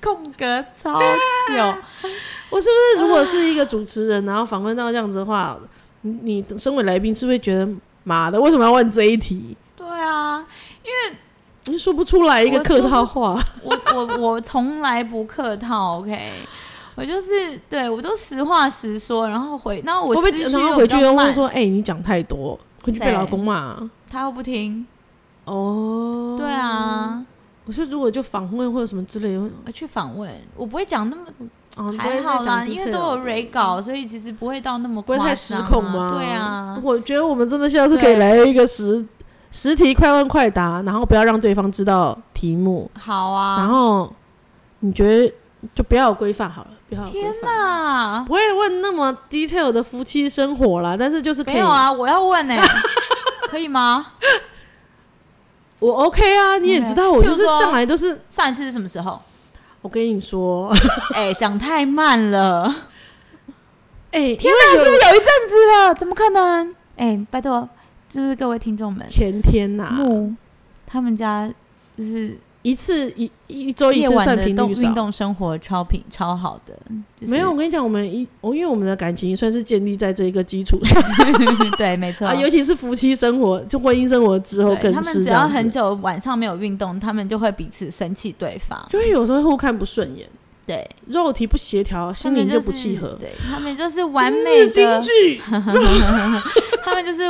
Speaker 3: 空格超久。
Speaker 4: 我是不是如果是一个主持人，然后访问到这样子的话，你你身为来宾是不是会觉得妈的，为什么要问这一题？
Speaker 3: [laughs] 对啊，
Speaker 4: 你说不出来一个客套话，
Speaker 3: 我我我从来不客套，OK。我就是对我都实话实说，然后回，那我
Speaker 4: 会不会
Speaker 3: 思绪
Speaker 4: 然后
Speaker 3: 又
Speaker 4: 回
Speaker 3: 比
Speaker 4: 去
Speaker 3: 较
Speaker 4: 又
Speaker 3: 慢
Speaker 4: 问说，哎、你讲太多，回去被
Speaker 3: 谁
Speaker 4: 老公骂
Speaker 3: 他又不听，
Speaker 4: 哦。
Speaker 3: 对，啊，
Speaker 4: 我说如果就访问或者什么之类的，
Speaker 3: 我去访问，我不会讲那么
Speaker 4: 哦，你不会
Speaker 3: 还
Speaker 4: 再
Speaker 3: 好啦，
Speaker 4: 讲
Speaker 3: 因为都
Speaker 4: detail
Speaker 3: 有
Speaker 4: 的
Speaker 3: re 稿，所以其实不会到那么
Speaker 4: 不会太
Speaker 3: 夸
Speaker 4: 失
Speaker 3: 张啊
Speaker 4: 控吗？
Speaker 3: 对啊，
Speaker 4: 我觉得我们真的下次可以来一个十十题快问快答，然后不要让对方知道题目，
Speaker 3: 好啊，
Speaker 4: 然后你觉得就不要有规范好了，不要有规
Speaker 3: 天
Speaker 4: 范。
Speaker 3: 哪，
Speaker 4: 不会问那么 detail 的夫妻生活啦，但是就是可以。
Speaker 3: 没有啊，我要问呢、 [laughs] 可以吗？
Speaker 4: 我 OK 啊，你也知道
Speaker 3: OK
Speaker 4: 我就是
Speaker 3: 譬如说
Speaker 4: 向来都是。
Speaker 3: 上一次是什么时候？
Speaker 4: 我跟你说， [laughs]
Speaker 3: 哎、讲太慢了。
Speaker 4: 哎、
Speaker 3: 天哪，是不是有一阵子了？怎么可能？哎、拜托，就是各位听众们，
Speaker 4: 前天呐、
Speaker 3: 木他们家就是
Speaker 4: 一次一一周一
Speaker 3: 夜
Speaker 4: 次
Speaker 3: 晚
Speaker 4: 算
Speaker 3: 的
Speaker 4: 频
Speaker 3: 动
Speaker 4: 率少
Speaker 3: 运，动生活超平超好的，就是、
Speaker 4: 没有。我跟你讲，我们一我因为我们的感情算是建立在这一个基础上，
Speaker 3: [laughs] 对，没错。
Speaker 4: 啊，尤其是夫妻生活，就婚姻生活之后
Speaker 3: 对
Speaker 4: 更
Speaker 3: 他们
Speaker 4: 是
Speaker 3: 只
Speaker 4: 这
Speaker 3: 要
Speaker 4: 样子
Speaker 3: 很久晚上没有运动，他们就会彼此生气对方。
Speaker 4: 就会有时候互看不顺眼，
Speaker 3: 对，
Speaker 4: 肉体不协调，
Speaker 3: 他
Speaker 4: 心
Speaker 3: 们
Speaker 4: 灵
Speaker 3: 就
Speaker 4: 不
Speaker 3: 是
Speaker 4: 契合。
Speaker 3: 对他们就是完
Speaker 4: 今
Speaker 3: 美
Speaker 4: 日京
Speaker 3: 的，
Speaker 4: 剧，
Speaker 3: 是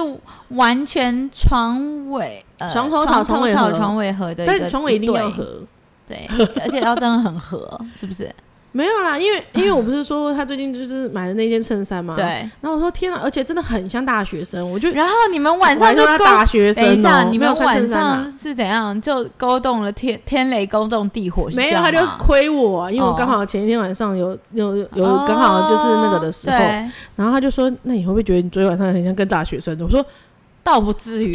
Speaker 3: 完全床尾呃
Speaker 4: 床头吵
Speaker 3: 床
Speaker 4: 床尾
Speaker 3: 头
Speaker 4: 和
Speaker 3: 吵床尾和的一个，
Speaker 4: 但床尾一定要合。
Speaker 3: 对，对而且要真的很合，是不
Speaker 4: [laughs]
Speaker 3: 是？
Speaker 4: 没有啦，因为因为我不是说他最近就是买的那件衬衫吗？。
Speaker 3: 对。
Speaker 4: 然后我说天啊，而且真的很像大学生，我就
Speaker 3: 然后你们晚上
Speaker 4: 我
Speaker 3: 就
Speaker 4: 还说他
Speaker 3: 勾，
Speaker 4: 大学生、哦，
Speaker 3: 等一下，你
Speaker 4: 没
Speaker 3: 们
Speaker 4: 有穿
Speaker 3: 晚
Speaker 4: 衬衫啊
Speaker 3: 上是怎样就勾动了天天雷勾动地火？是
Speaker 4: 没
Speaker 3: 这
Speaker 4: 有，
Speaker 3: 样
Speaker 4: 他就
Speaker 3: 吗哦
Speaker 4: 亏我啊，因为我刚好前一天晚上有有有有刚好就是那个的时候，
Speaker 3: 哦对
Speaker 4: 然后他就说，那你会不会觉得你昨天晚上很像跟大学生？我说
Speaker 3: 倒不至
Speaker 4: [laughs]
Speaker 3: 于。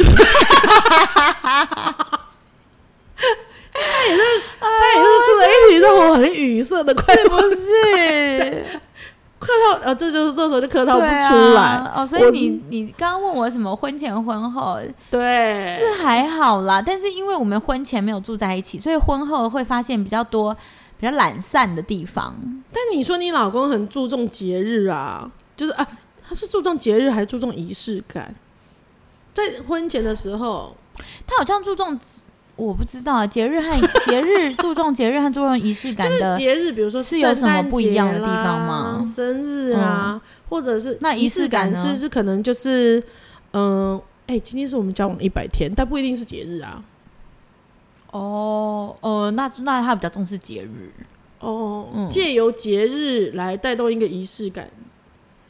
Speaker 4: 他也哎是出了一题让我很语塞的，快
Speaker 3: 是不
Speaker 4: [laughs]
Speaker 3: 是？
Speaker 4: 快到呃，这就是这时候就客套不
Speaker 3: 对啊
Speaker 4: 出来，
Speaker 3: 哦。所
Speaker 4: 我
Speaker 3: 以你你刚刚问我什么婚前婚后
Speaker 4: 对，
Speaker 3: 是还好啦，但是因为我们婚前没有住在一起，所以婚后会发现比较多比较懒散的地方。
Speaker 4: 但你说你老公很注重节日啊，就是啊，他是注重节日还是注重仪式感？在婚前的时候，
Speaker 3: 他好像注重我不知道啊节日和节日注重节日和注重仪式
Speaker 4: [laughs]
Speaker 3: 感的。
Speaker 4: 节日比如说
Speaker 3: 呃是有什么
Speaker 4: 圣诞节啦
Speaker 3: 不一样的地方吗嗯
Speaker 4: 生日啊，或者是
Speaker 3: 那
Speaker 4: 仪
Speaker 3: 仪
Speaker 4: 式
Speaker 3: 式感
Speaker 4: 感
Speaker 3: 呢
Speaker 4: 是是可能就是嗯，哎、今天是我们交往一百天，但不一定是节日啊。
Speaker 3: 哦，呃，那那他比较重视节日，
Speaker 4: 哦
Speaker 3: 嗯，
Speaker 4: 借、由节日来带动一个仪式感，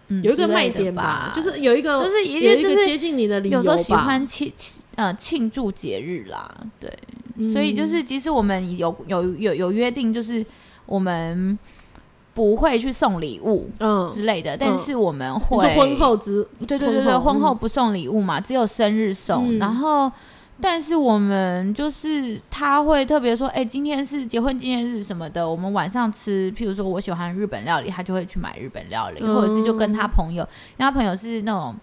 Speaker 3: 嗯，
Speaker 4: 有一个
Speaker 3: 之类
Speaker 4: 卖
Speaker 3: 的
Speaker 4: 点
Speaker 3: 吧，
Speaker 4: 就是有一
Speaker 3: 就
Speaker 4: 个
Speaker 3: 是一
Speaker 4: 有
Speaker 3: 个
Speaker 4: 一
Speaker 3: 就
Speaker 4: 个
Speaker 3: 是
Speaker 4: 接近你的理由
Speaker 3: 有
Speaker 4: 吧。
Speaker 3: 时候喜欢庆庆呃庆祝节日啦，对，
Speaker 4: 嗯，
Speaker 3: 所以就是即使我们有有有有约定，就是我们不会去送礼物
Speaker 4: 嗯，
Speaker 3: 之类的，但是我们
Speaker 4: 你
Speaker 3: 会
Speaker 4: 说婚后之
Speaker 3: 对对对
Speaker 4: 婚
Speaker 3: 对，
Speaker 4: 后
Speaker 3: 婚后
Speaker 4: 嗯
Speaker 3: 不送礼物嘛，只有生日送。
Speaker 4: 嗯
Speaker 3: 然后，但是我们就是他会特别说，哎、今天是结婚纪念日什么的，我们晚上吃，譬如说我喜欢日本料理，他就会去买日本料理，
Speaker 4: 嗯
Speaker 3: 或者是就跟他朋友，因为他朋友是那种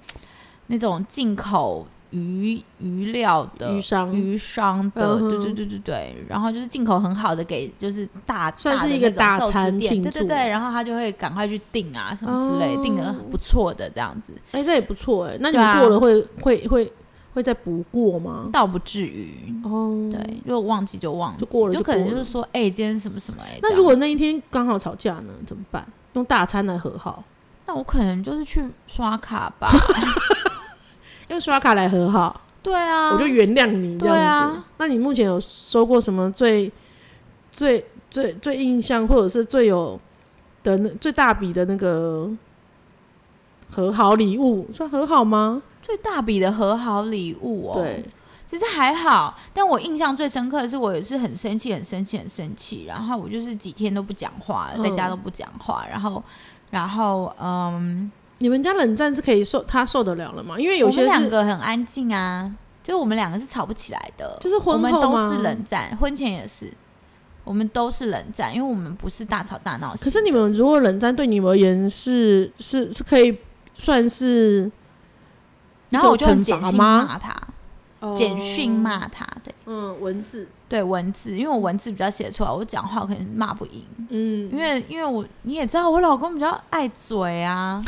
Speaker 3: 那种进口鱼鱼料的
Speaker 4: 余商
Speaker 3: 鱼商的，
Speaker 4: 嗯哼
Speaker 3: 对对对对对，然后就是进口很好的给，就是大
Speaker 4: 算是
Speaker 3: 的
Speaker 4: 一
Speaker 3: 那
Speaker 4: 个
Speaker 3: 种
Speaker 4: 大
Speaker 3: 寿司
Speaker 4: 餐
Speaker 3: 店
Speaker 4: 庆
Speaker 3: 对对
Speaker 4: 祝
Speaker 3: 对，然后他就会赶快去订啊什么之类，
Speaker 4: 哦
Speaker 3: 订的不错的这样子，
Speaker 4: 哎、这也不错哎、那你
Speaker 3: 对
Speaker 4: 们
Speaker 3: 啊
Speaker 4: 过了会、会会会再补过吗？
Speaker 3: 倒不至于，
Speaker 4: 哦，
Speaker 3: 对，如果忘记就忘记，
Speaker 4: 就过了就
Speaker 3: 可能
Speaker 4: 过
Speaker 3: 就是
Speaker 4: 了
Speaker 3: 说，哎、今天什么什么、哎，这
Speaker 4: 那
Speaker 3: 样
Speaker 4: 如果那一天刚好吵架呢，怎么办？用大餐来和好，
Speaker 3: 那我可能就是去刷卡
Speaker 4: [laughs]
Speaker 3: 吧，
Speaker 4: 用刷卡来和好，
Speaker 3: 对啊，
Speaker 4: 我就原谅你这
Speaker 3: 对
Speaker 4: 样子。
Speaker 3: 啊
Speaker 4: 那你目前有收过什么最最最最印象，或者是最有的那最大笔的那个和好礼物？算和好吗？
Speaker 3: 最大笔的和好礼物哦，
Speaker 4: 对，
Speaker 3: 其实还好，但我印象最深刻的是，我也是很生气，很生气，很生气，然后我就是几天都不讲话，
Speaker 4: 嗯
Speaker 3: 在家都不讲话，然后，然后，嗯，
Speaker 4: 你们家冷战是可以受他受得了了吗？因为有
Speaker 3: 我
Speaker 4: 些
Speaker 3: 们两
Speaker 4: 是
Speaker 3: 个很安静啊，就我们两个是吵不起来的，
Speaker 4: 就是
Speaker 3: 我
Speaker 4: 婚
Speaker 3: 们
Speaker 4: 后
Speaker 3: 都
Speaker 4: 吗
Speaker 3: 是冷战，婚前也是，我们都是冷战，因为我们不是大吵大闹型的。
Speaker 4: 可是你们如果冷战，对你们而言是是是可以算是
Speaker 3: 然后我就用
Speaker 4: 一种
Speaker 3: 简
Speaker 4: 惩罚
Speaker 3: 讯
Speaker 4: 吗？
Speaker 3: 骂他，简讯
Speaker 4: 哦，
Speaker 3: 骂他，对
Speaker 4: 嗯，文字，
Speaker 3: 对，文字，因为我文字比较写得出来，我讲话可能骂不赢，
Speaker 4: 嗯，
Speaker 3: 因为因为我你也知道，我老公比较爱嘴啊，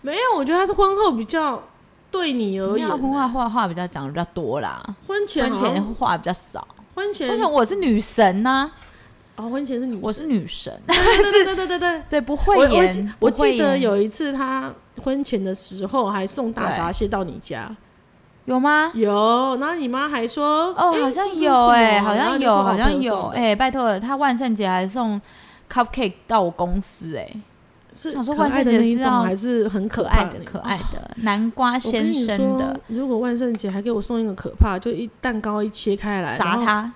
Speaker 4: 没有，我觉得他是婚后比较对你而
Speaker 3: 因为
Speaker 4: 言
Speaker 3: 他
Speaker 4: 欸，
Speaker 3: 婚外话话比较讲的比较多啦，
Speaker 4: 婚前
Speaker 3: 婚
Speaker 4: 好像
Speaker 3: 前话比较少，
Speaker 4: 婚前
Speaker 3: 婚前我是女神呐、
Speaker 4: 哦，婚前是女生，
Speaker 3: 我是女神，[laughs]
Speaker 4: 对对对对对对。
Speaker 3: 对，不
Speaker 4: 我
Speaker 3: 会
Speaker 4: 我记
Speaker 3: 演，
Speaker 4: 我
Speaker 3: 不会
Speaker 4: 记得
Speaker 3: 演
Speaker 4: 有一次他婚前的时候还送大
Speaker 3: 对
Speaker 4: 闸蟹到你家，
Speaker 3: 有吗？
Speaker 4: 有，然后你妈还说
Speaker 3: 哦，
Speaker 4: 哎
Speaker 3: 好
Speaker 4: 这
Speaker 3: 像
Speaker 4: 是什
Speaker 3: 有
Speaker 4: 么
Speaker 3: 哎、好
Speaker 4: 然后
Speaker 3: 像
Speaker 4: 就
Speaker 3: 有，
Speaker 4: 说哦
Speaker 3: 好
Speaker 4: 朋
Speaker 3: 像
Speaker 4: 友
Speaker 3: 有
Speaker 4: 送的
Speaker 3: 哎、拜托了，他万圣节还送 cupcake 到我公司哎、
Speaker 4: 是
Speaker 3: 想说
Speaker 4: 可
Speaker 3: 万
Speaker 4: 爱
Speaker 3: 圣节
Speaker 4: 的那一
Speaker 3: 是
Speaker 4: 种，
Speaker 3: 要
Speaker 4: 还是很
Speaker 3: 可
Speaker 4: 怕
Speaker 3: 爱的
Speaker 4: 那
Speaker 3: 可
Speaker 4: 种
Speaker 3: 爱的南瓜
Speaker 4: 我跟
Speaker 3: 先
Speaker 4: 你
Speaker 3: 生的，
Speaker 4: 说如果万圣节还给我送一个可怕，就一蛋糕一切开来，
Speaker 3: 砸他，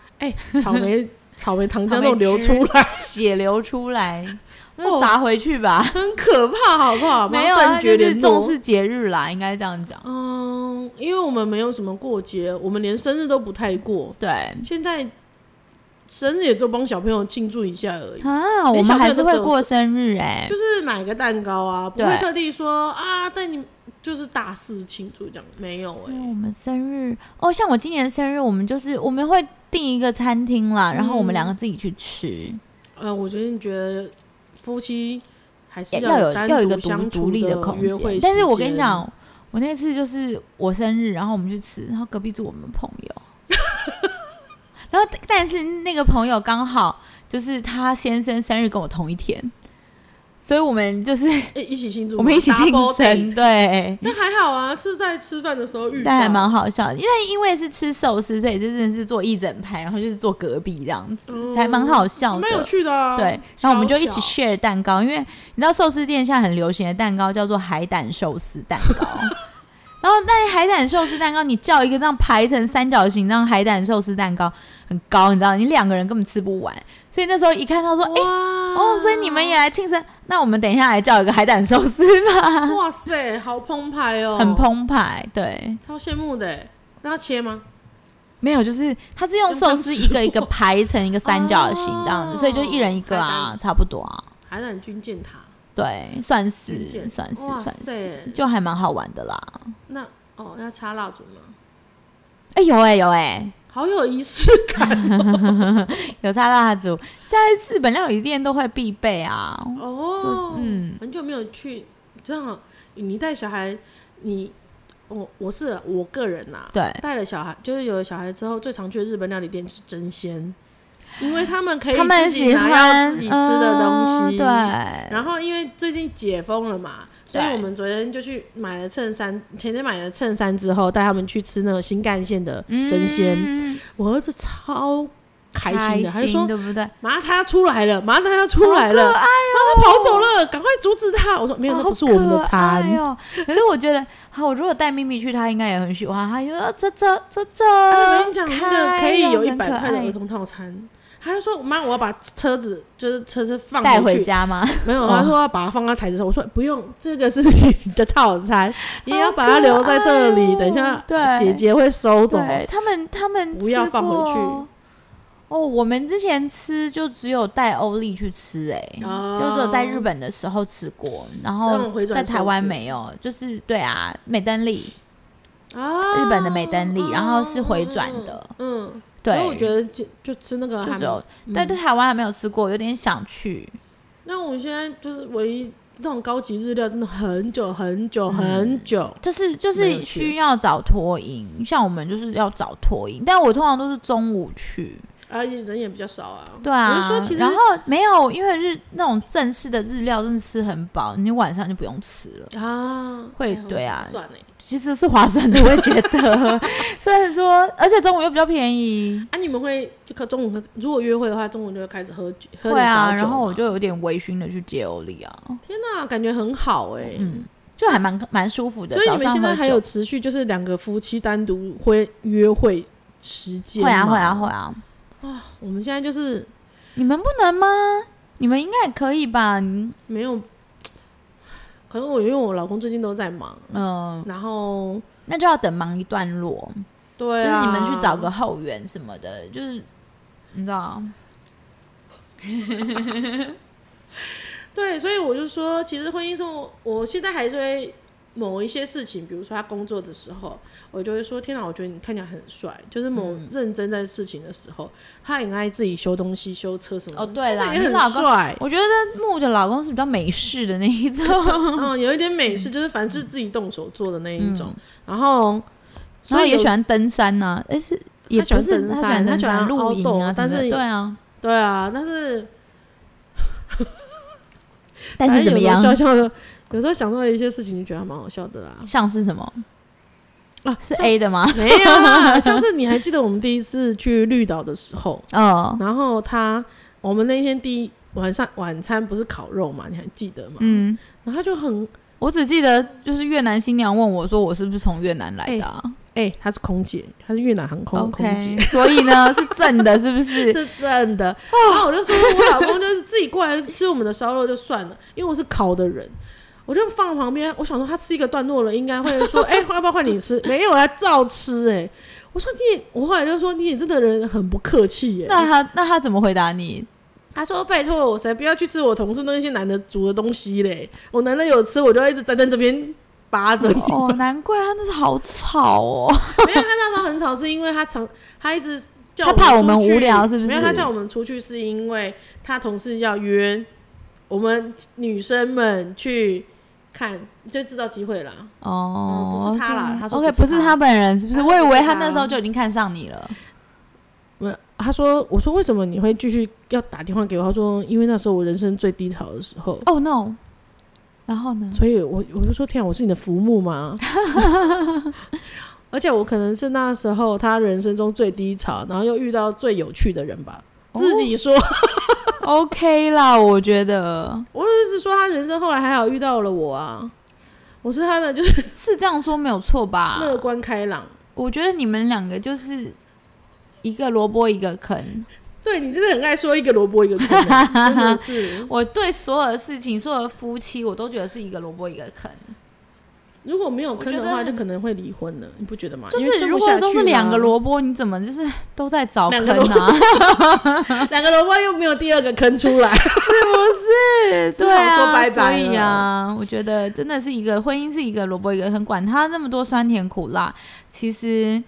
Speaker 4: 它，草
Speaker 3: [laughs]
Speaker 4: 莓草莓糖浆
Speaker 3: 草莓
Speaker 4: 都流
Speaker 3: 汁
Speaker 4: 出来，
Speaker 3: 血流出来，
Speaker 4: [laughs] 哦
Speaker 3: 那砸回去吧。
Speaker 4: 很可怕，好不哦好？
Speaker 3: [laughs] 没有
Speaker 4: 然后
Speaker 3: 啊，
Speaker 4: 断绝
Speaker 3: 就是
Speaker 4: 联络
Speaker 3: 重。视节日啦，应该这样讲。
Speaker 4: 嗯，因为我们没有什么过节，我们连生日都不太过。
Speaker 3: 对
Speaker 4: 现在生日也就帮小朋友庆祝一下而已，
Speaker 3: 啊，
Speaker 4: 连
Speaker 3: 我
Speaker 4: 小
Speaker 3: 们
Speaker 4: 朋
Speaker 3: 还
Speaker 4: 友
Speaker 3: 是
Speaker 4: 都
Speaker 3: 会
Speaker 4: 只有
Speaker 3: 过生日哎、
Speaker 4: 就是买个蛋糕啊，不会
Speaker 3: 对
Speaker 4: 特地说啊带你就是大肆庆祝这样，没有哎、
Speaker 3: 因为我们生日哦，像我今年生日，我们就是我们会订一个餐厅啦，然后我们两个
Speaker 4: 嗯
Speaker 3: 自己去吃，
Speaker 4: 呃，我真的觉得夫妻还是
Speaker 3: 也要有
Speaker 4: 单
Speaker 3: 要有一个
Speaker 4: 独
Speaker 3: 独
Speaker 4: 相
Speaker 3: 独
Speaker 4: 处
Speaker 3: 立
Speaker 4: 的
Speaker 3: 空
Speaker 4: 约会
Speaker 3: 间。但是我跟
Speaker 4: 时
Speaker 3: 你
Speaker 4: 间，
Speaker 3: 讲，我那次就是我生日，然后我们去吃，然后隔壁住我们朋友，
Speaker 4: [laughs]
Speaker 3: 然后但是那个朋友刚好就是他先生生日跟我同一天，所以我们
Speaker 4: [laughs]
Speaker 3: 就是
Speaker 4: 哎，一起庆祝，
Speaker 3: 我们一起庆
Speaker 4: Double
Speaker 3: 生，
Speaker 4: date。嗯
Speaker 3: 对。
Speaker 4: 但还好啊，是在吃饭的时候遇到，
Speaker 3: 但还蛮好笑的，因为因为是吃寿司，所以这真的是做一整盘，然后就是做隔壁这样子，
Speaker 4: 嗯
Speaker 3: 还蛮好笑的，
Speaker 4: 蛮有趣的啊。
Speaker 3: 对，然后我们就一起
Speaker 4: 巧巧
Speaker 3: share 蛋糕，因为你知道寿司店现在很流行的蛋糕叫做海胆寿司蛋糕。然后，但是海胆寿司蛋糕，你叫一个这样排成三角形，让海胆寿司蛋糕很高，你知道，你两个人根本吃不完。所以那时候一看到说，哎、
Speaker 4: 哇
Speaker 3: 哦，所以你们也来庆生，那我们等一下来叫一个海胆寿司吧，
Speaker 4: 哇塞，好澎湃
Speaker 3: [laughs]
Speaker 4: 哦，
Speaker 3: 很，澎湃。对，
Speaker 4: 超羡慕的欸。那要切吗？
Speaker 3: 没有，就是它是用
Speaker 4: 用汤
Speaker 3: 寿司
Speaker 4: 匙
Speaker 3: 一个一个排成一个三角形这样子，所以就一人一个
Speaker 4: 哦海
Speaker 3: 啊，差不多啊。
Speaker 4: 海胆军舰塔，
Speaker 3: 对，算是
Speaker 4: 军舰
Speaker 3: 算是
Speaker 4: 哇
Speaker 3: 算是。
Speaker 4: 塞，
Speaker 3: 就还蛮好玩的啦。
Speaker 4: 那哦要插蜡烛吗？
Speaker 3: 哎、有
Speaker 4: 欸
Speaker 3: 哎、有哎、
Speaker 4: 好有
Speaker 3: [laughs]
Speaker 4: 仪式感
Speaker 3: 有插蜡烛，现在日本料理店都会必备啊。
Speaker 4: 哦。
Speaker 3: 嗯，
Speaker 4: 很久没有去，正好你带小孩，你我我是我个人呐、
Speaker 3: 对，
Speaker 4: 带了小孩，就是有了小孩之后，最常去的日本料理店就是真鲜，因为他们可以
Speaker 3: 他们
Speaker 4: 自己
Speaker 3: 喜
Speaker 4: 拿到
Speaker 3: 欢
Speaker 4: 自己吃的东西。
Speaker 3: 嗯对，
Speaker 4: 然后因为最近解封了嘛，所以
Speaker 3: 对
Speaker 4: 我们昨天就去买了衬衫，前天买了衬衫之后，带他们去吃那个新干线的真鲜。
Speaker 3: 嗯
Speaker 4: 我儿子超开心的，他就说
Speaker 3: 对不对？
Speaker 4: 妈，他要出来了，妈，他要出来了，
Speaker 3: 好可爱哦
Speaker 4: 妈，他跑走了，赶快阻止他！我说没有，那不是我们的
Speaker 3: 好可
Speaker 4: 餐
Speaker 3: 爱。哦。可是我觉得，好，我如果带咪咪去，她应该也很喜欢。她就说这这这这，
Speaker 4: 哎我跟你讲，那个可以有一百块的儿
Speaker 3: 的
Speaker 4: 童套餐。他就说：“妈，我要把车子就是车子放
Speaker 3: 带
Speaker 4: 回
Speaker 3: 回
Speaker 4: 去。
Speaker 3: 家吗？
Speaker 4: 没有，他说要把它放到台子上。我说：“不用，这个是你的套
Speaker 3: [laughs]
Speaker 4: 餐，你要把它留在这里，
Speaker 3: 好可爱哦
Speaker 4: 等一下
Speaker 3: 对
Speaker 4: 姐姐会收走。”
Speaker 3: 对他们，他们
Speaker 4: 啊不要
Speaker 3: 吃
Speaker 4: 放回
Speaker 3: 过
Speaker 4: 去
Speaker 3: 哦，我们之前吃就只有带欧丽去吃、哎、
Speaker 4: 哦
Speaker 3: 就只有在日本的时候吃过，然
Speaker 4: 那种
Speaker 3: 后
Speaker 4: 回转
Speaker 3: 在台湾
Speaker 4: 寿司
Speaker 3: 没有。就是对啊，美登利，
Speaker 4: 啊，
Speaker 3: 日本的美登利，
Speaker 4: 哦
Speaker 3: 然后是回转的，
Speaker 4: 嗯，
Speaker 3: 对
Speaker 4: 所以。我觉得就就吃那个
Speaker 3: 就
Speaker 4: 还
Speaker 3: 只有
Speaker 4: 蛮，嗯
Speaker 3: 对，对台湾还没有吃过，有点想去。
Speaker 4: 那我现在就是唯一那种高级日料，真的很久很久
Speaker 3: 嗯
Speaker 4: 很久。
Speaker 3: 就是就
Speaker 4: 没有
Speaker 3: 是
Speaker 4: 去
Speaker 3: 需要找托营，像我们就是要找托营，但我通常都是中午去。
Speaker 4: 而且人也比较少啊。
Speaker 3: 对啊，
Speaker 4: 我就说其实
Speaker 3: 然后没有，因为日那种正式的日料真的吃很饱，你晚上就不用吃了。
Speaker 4: 啊，
Speaker 3: 会
Speaker 4: 哎呦
Speaker 3: 对啊
Speaker 4: 算了。
Speaker 3: 其实是划算的，我也觉 [laughs] 得。虽然说，而且中午又比较便宜，
Speaker 4: 啊，你们会就可中午喝如果约会的话，中午就会开始喝酒，喝
Speaker 3: 对
Speaker 4: 点小
Speaker 3: 啊。
Speaker 4: 酒
Speaker 3: 然后
Speaker 4: 嘛
Speaker 3: 我就有点微醺的去接欧丽啊，
Speaker 4: 天哪，感觉很好哎、
Speaker 3: 嗯，就还蛮蛮舒服的。
Speaker 4: 所以
Speaker 3: 早
Speaker 4: 你们
Speaker 3: 上
Speaker 4: 现在
Speaker 3: 喝
Speaker 4: 还有
Speaker 3: 酒，
Speaker 4: 持续就是两个夫妻单独会约会时间？
Speaker 3: 会啊会啊。会啊，
Speaker 4: 我们现在就是
Speaker 3: 你们不能吗？你们应该也可以吧？嗯、
Speaker 4: 没有，可能我因为我老公最近都在忙，
Speaker 3: 呃
Speaker 4: 然后
Speaker 3: 那就要等忙一段落，
Speaker 4: 对、
Speaker 3: 就
Speaker 4: 啊，
Speaker 3: 是你们去找个后援什么的，就是你知道，
Speaker 4: 对，所以我就说，其实婚姻生活，我现在还是会某一些事情，比如说他工作的时候，我就会说：“天哪，我觉得你看起来很帅。”就是某
Speaker 3: 嗯
Speaker 4: 认真在事情的时候，他很爱自己修东西、修车什么的。
Speaker 3: 哦对啦
Speaker 4: 真的
Speaker 3: 你
Speaker 4: 也
Speaker 3: 老
Speaker 4: 很
Speaker 3: 公。
Speaker 4: 帅
Speaker 3: [laughs] 我觉得木的老公是比较美式的那一
Speaker 4: [laughs]
Speaker 3: 种，
Speaker 4: 嗯，有一点美式，就是凡是自己动手做的那一种。
Speaker 3: 嗯
Speaker 4: 然后，
Speaker 3: 然
Speaker 4: 所
Speaker 3: 后
Speaker 4: 以
Speaker 3: 也
Speaker 4: 有
Speaker 3: 喜欢登山呐、啊，哎、是也
Speaker 4: 他喜
Speaker 3: 不
Speaker 4: 欢
Speaker 3: 是
Speaker 4: 登
Speaker 3: 他喜
Speaker 4: 山
Speaker 3: 欢
Speaker 4: 他
Speaker 3: 登
Speaker 4: 喜欢
Speaker 3: 山、露营
Speaker 4: outdoor，
Speaker 3: 啊什
Speaker 4: 但
Speaker 3: 么的，
Speaker 4: 是
Speaker 3: 对啊，
Speaker 4: 对啊，但是
Speaker 3: 但是怎么样
Speaker 4: 反？正有时候笑笑的，有时候想到一些事情，就觉得还蛮好笑的啦。
Speaker 3: 像是什么？
Speaker 4: 啊，
Speaker 3: 是
Speaker 4: 像
Speaker 3: A 的吗？
Speaker 4: 没
Speaker 3: [laughs]
Speaker 4: 有啦，像是你还记得我们第一次去绿岛的时候，
Speaker 3: 哦，
Speaker 4: 然后他，我们那天第一晚上晚餐不是烤肉嘛？你还记得吗？
Speaker 3: 嗯，
Speaker 4: 然后他就很
Speaker 3: 我只记得就是越南新娘问我说我是不是从越南来的、啊
Speaker 4: 哎、她是空姐，她是越南航空的
Speaker 3: o
Speaker 4: 空姐
Speaker 3: k 所以呢是正的，是不是？
Speaker 4: [laughs] 是真的。然后我就说，我老公就是自己过来吃我们的烧肉就算了，因为我是烤的人。我就放旁边，我想说他吃一个段落了，应该会说，哎、要不要换你吃？没有，他照吃、哎，我说你也，我后来就说你也真的人很不客气、哎耶。
Speaker 3: 那他那他怎么回答你？
Speaker 4: 他说：“拜托我，谁不要去吃我同事那些男的煮的东西嘞？我男的有吃，我就要一直站在这边扒着你。
Speaker 3: 哦，难怪他那是好吵哦。
Speaker 4: 没有，他 [laughs] 那时候很吵，是因为他常他一直叫
Speaker 3: 他怕我们
Speaker 4: 出去
Speaker 3: 无聊是不是
Speaker 4: 没有，他叫我们出去是因为他同事要约我们女生们去看，就制造机会啦。
Speaker 3: 哦
Speaker 4: 嗯，不是他啦
Speaker 3: OK
Speaker 4: 他说
Speaker 3: OK，
Speaker 4: 不是
Speaker 3: 不是
Speaker 4: 他
Speaker 3: 他本人，是不是？
Speaker 4: 他
Speaker 3: 我以
Speaker 4: 不是
Speaker 3: 为他
Speaker 4: 他
Speaker 3: 那时候就已经看上你了。
Speaker 4: 我他说，我说为什么你会继续要打电话给我？他说，因为那时候我人生最低潮的时候。
Speaker 3: 哦、no，然后呢？
Speaker 4: 所以我我就说天啊，我是你的浮木
Speaker 3: [laughs]
Speaker 4: 吗？而且我可能是那时候他人生中最低潮，然后又遇到最有趣的人吧。
Speaker 3: 哦
Speaker 4: 自己说，
Speaker 3: OK 啦，我觉得
Speaker 4: 我就是说他人生后来还好遇到了我啊，我是他的就是
Speaker 3: 是这样说没有错吧？
Speaker 4: 乐观开朗。
Speaker 3: 我觉得你们两个就是一个萝卜一个坑。
Speaker 4: 对你真的很爱说一个萝卜一个坑啊，真的是。
Speaker 3: 我对所有的事情，所有的夫妻，我都觉得是一个萝卜一个坑。
Speaker 4: 如果没有坑的话，
Speaker 3: 我觉得
Speaker 4: 就可能会离婚了，你不觉得吗？
Speaker 3: 就
Speaker 4: 因为
Speaker 3: 是
Speaker 4: 生
Speaker 3: 如
Speaker 4: 不
Speaker 3: 果
Speaker 4: 下
Speaker 3: 都
Speaker 4: 去
Speaker 3: 是两个
Speaker 4: 啦
Speaker 3: 萝卜，你怎么就是都在找
Speaker 4: 两
Speaker 3: 坑
Speaker 4: 个
Speaker 3: 啊？
Speaker 4: 两个萝卜又没有第二个坑出来，
Speaker 3: 是不是？
Speaker 4: 只
Speaker 3: 对啊，
Speaker 4: 好说拜拜
Speaker 3: 所以
Speaker 4: 了
Speaker 3: 啊，我觉得真的是一个婚姻是一个萝卜一个坑，管他那么多酸甜苦辣，其实。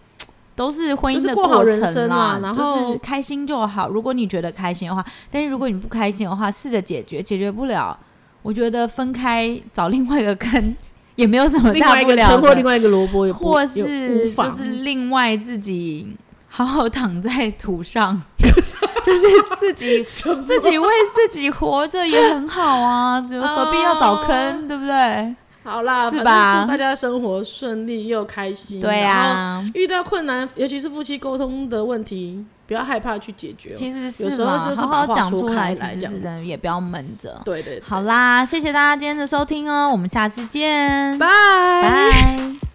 Speaker 3: 都是婚姻
Speaker 4: 就是
Speaker 3: 的
Speaker 4: 过好
Speaker 3: 过
Speaker 4: 人
Speaker 3: 程
Speaker 4: 生
Speaker 3: 啦
Speaker 4: 啊，然
Speaker 3: 就
Speaker 4: 后
Speaker 3: 是开心就好。如果你觉得开心的话，但是如果你不开心的话，试着解决，解决不了，我觉得分开找另外一个坑也没有什么
Speaker 4: 另外
Speaker 3: [laughs] 大
Speaker 4: 一
Speaker 3: 不
Speaker 4: 个
Speaker 3: 了
Speaker 4: 坑或
Speaker 3: 的
Speaker 4: 另外一个萝卜也不，
Speaker 3: 或
Speaker 4: 也无
Speaker 3: 是
Speaker 4: 妨
Speaker 3: 就是另外自己好好躺在土
Speaker 4: [laughs]
Speaker 3: 上，就是自己自己为自己活着也很好啊，就
Speaker 4: 哦
Speaker 3: 何必要找坑，对不对？
Speaker 4: 好啦，
Speaker 3: 是
Speaker 4: 反
Speaker 3: 吧
Speaker 4: 正祝大家生活顺利又开心。
Speaker 3: 对
Speaker 4: 呀，
Speaker 3: 啊，
Speaker 4: 遇到困难，尤其是夫妻沟通的问题，不要害怕去解决哦。
Speaker 3: 其实
Speaker 4: 有
Speaker 3: 是
Speaker 4: 时
Speaker 3: 嘛，
Speaker 4: 候就是
Speaker 3: 好
Speaker 4: 把
Speaker 3: 好
Speaker 4: 话
Speaker 3: 讲
Speaker 4: 说
Speaker 3: 出
Speaker 4: 开
Speaker 3: 来，
Speaker 4: 来
Speaker 3: 其
Speaker 4: 这
Speaker 3: 实
Speaker 4: 样
Speaker 3: 是
Speaker 4: 子
Speaker 3: 真的，也不要闷着。
Speaker 4: 对对，对
Speaker 3: 好啦，谢谢大家今天的收听哦，我们下次见，
Speaker 4: 拜
Speaker 3: 拜。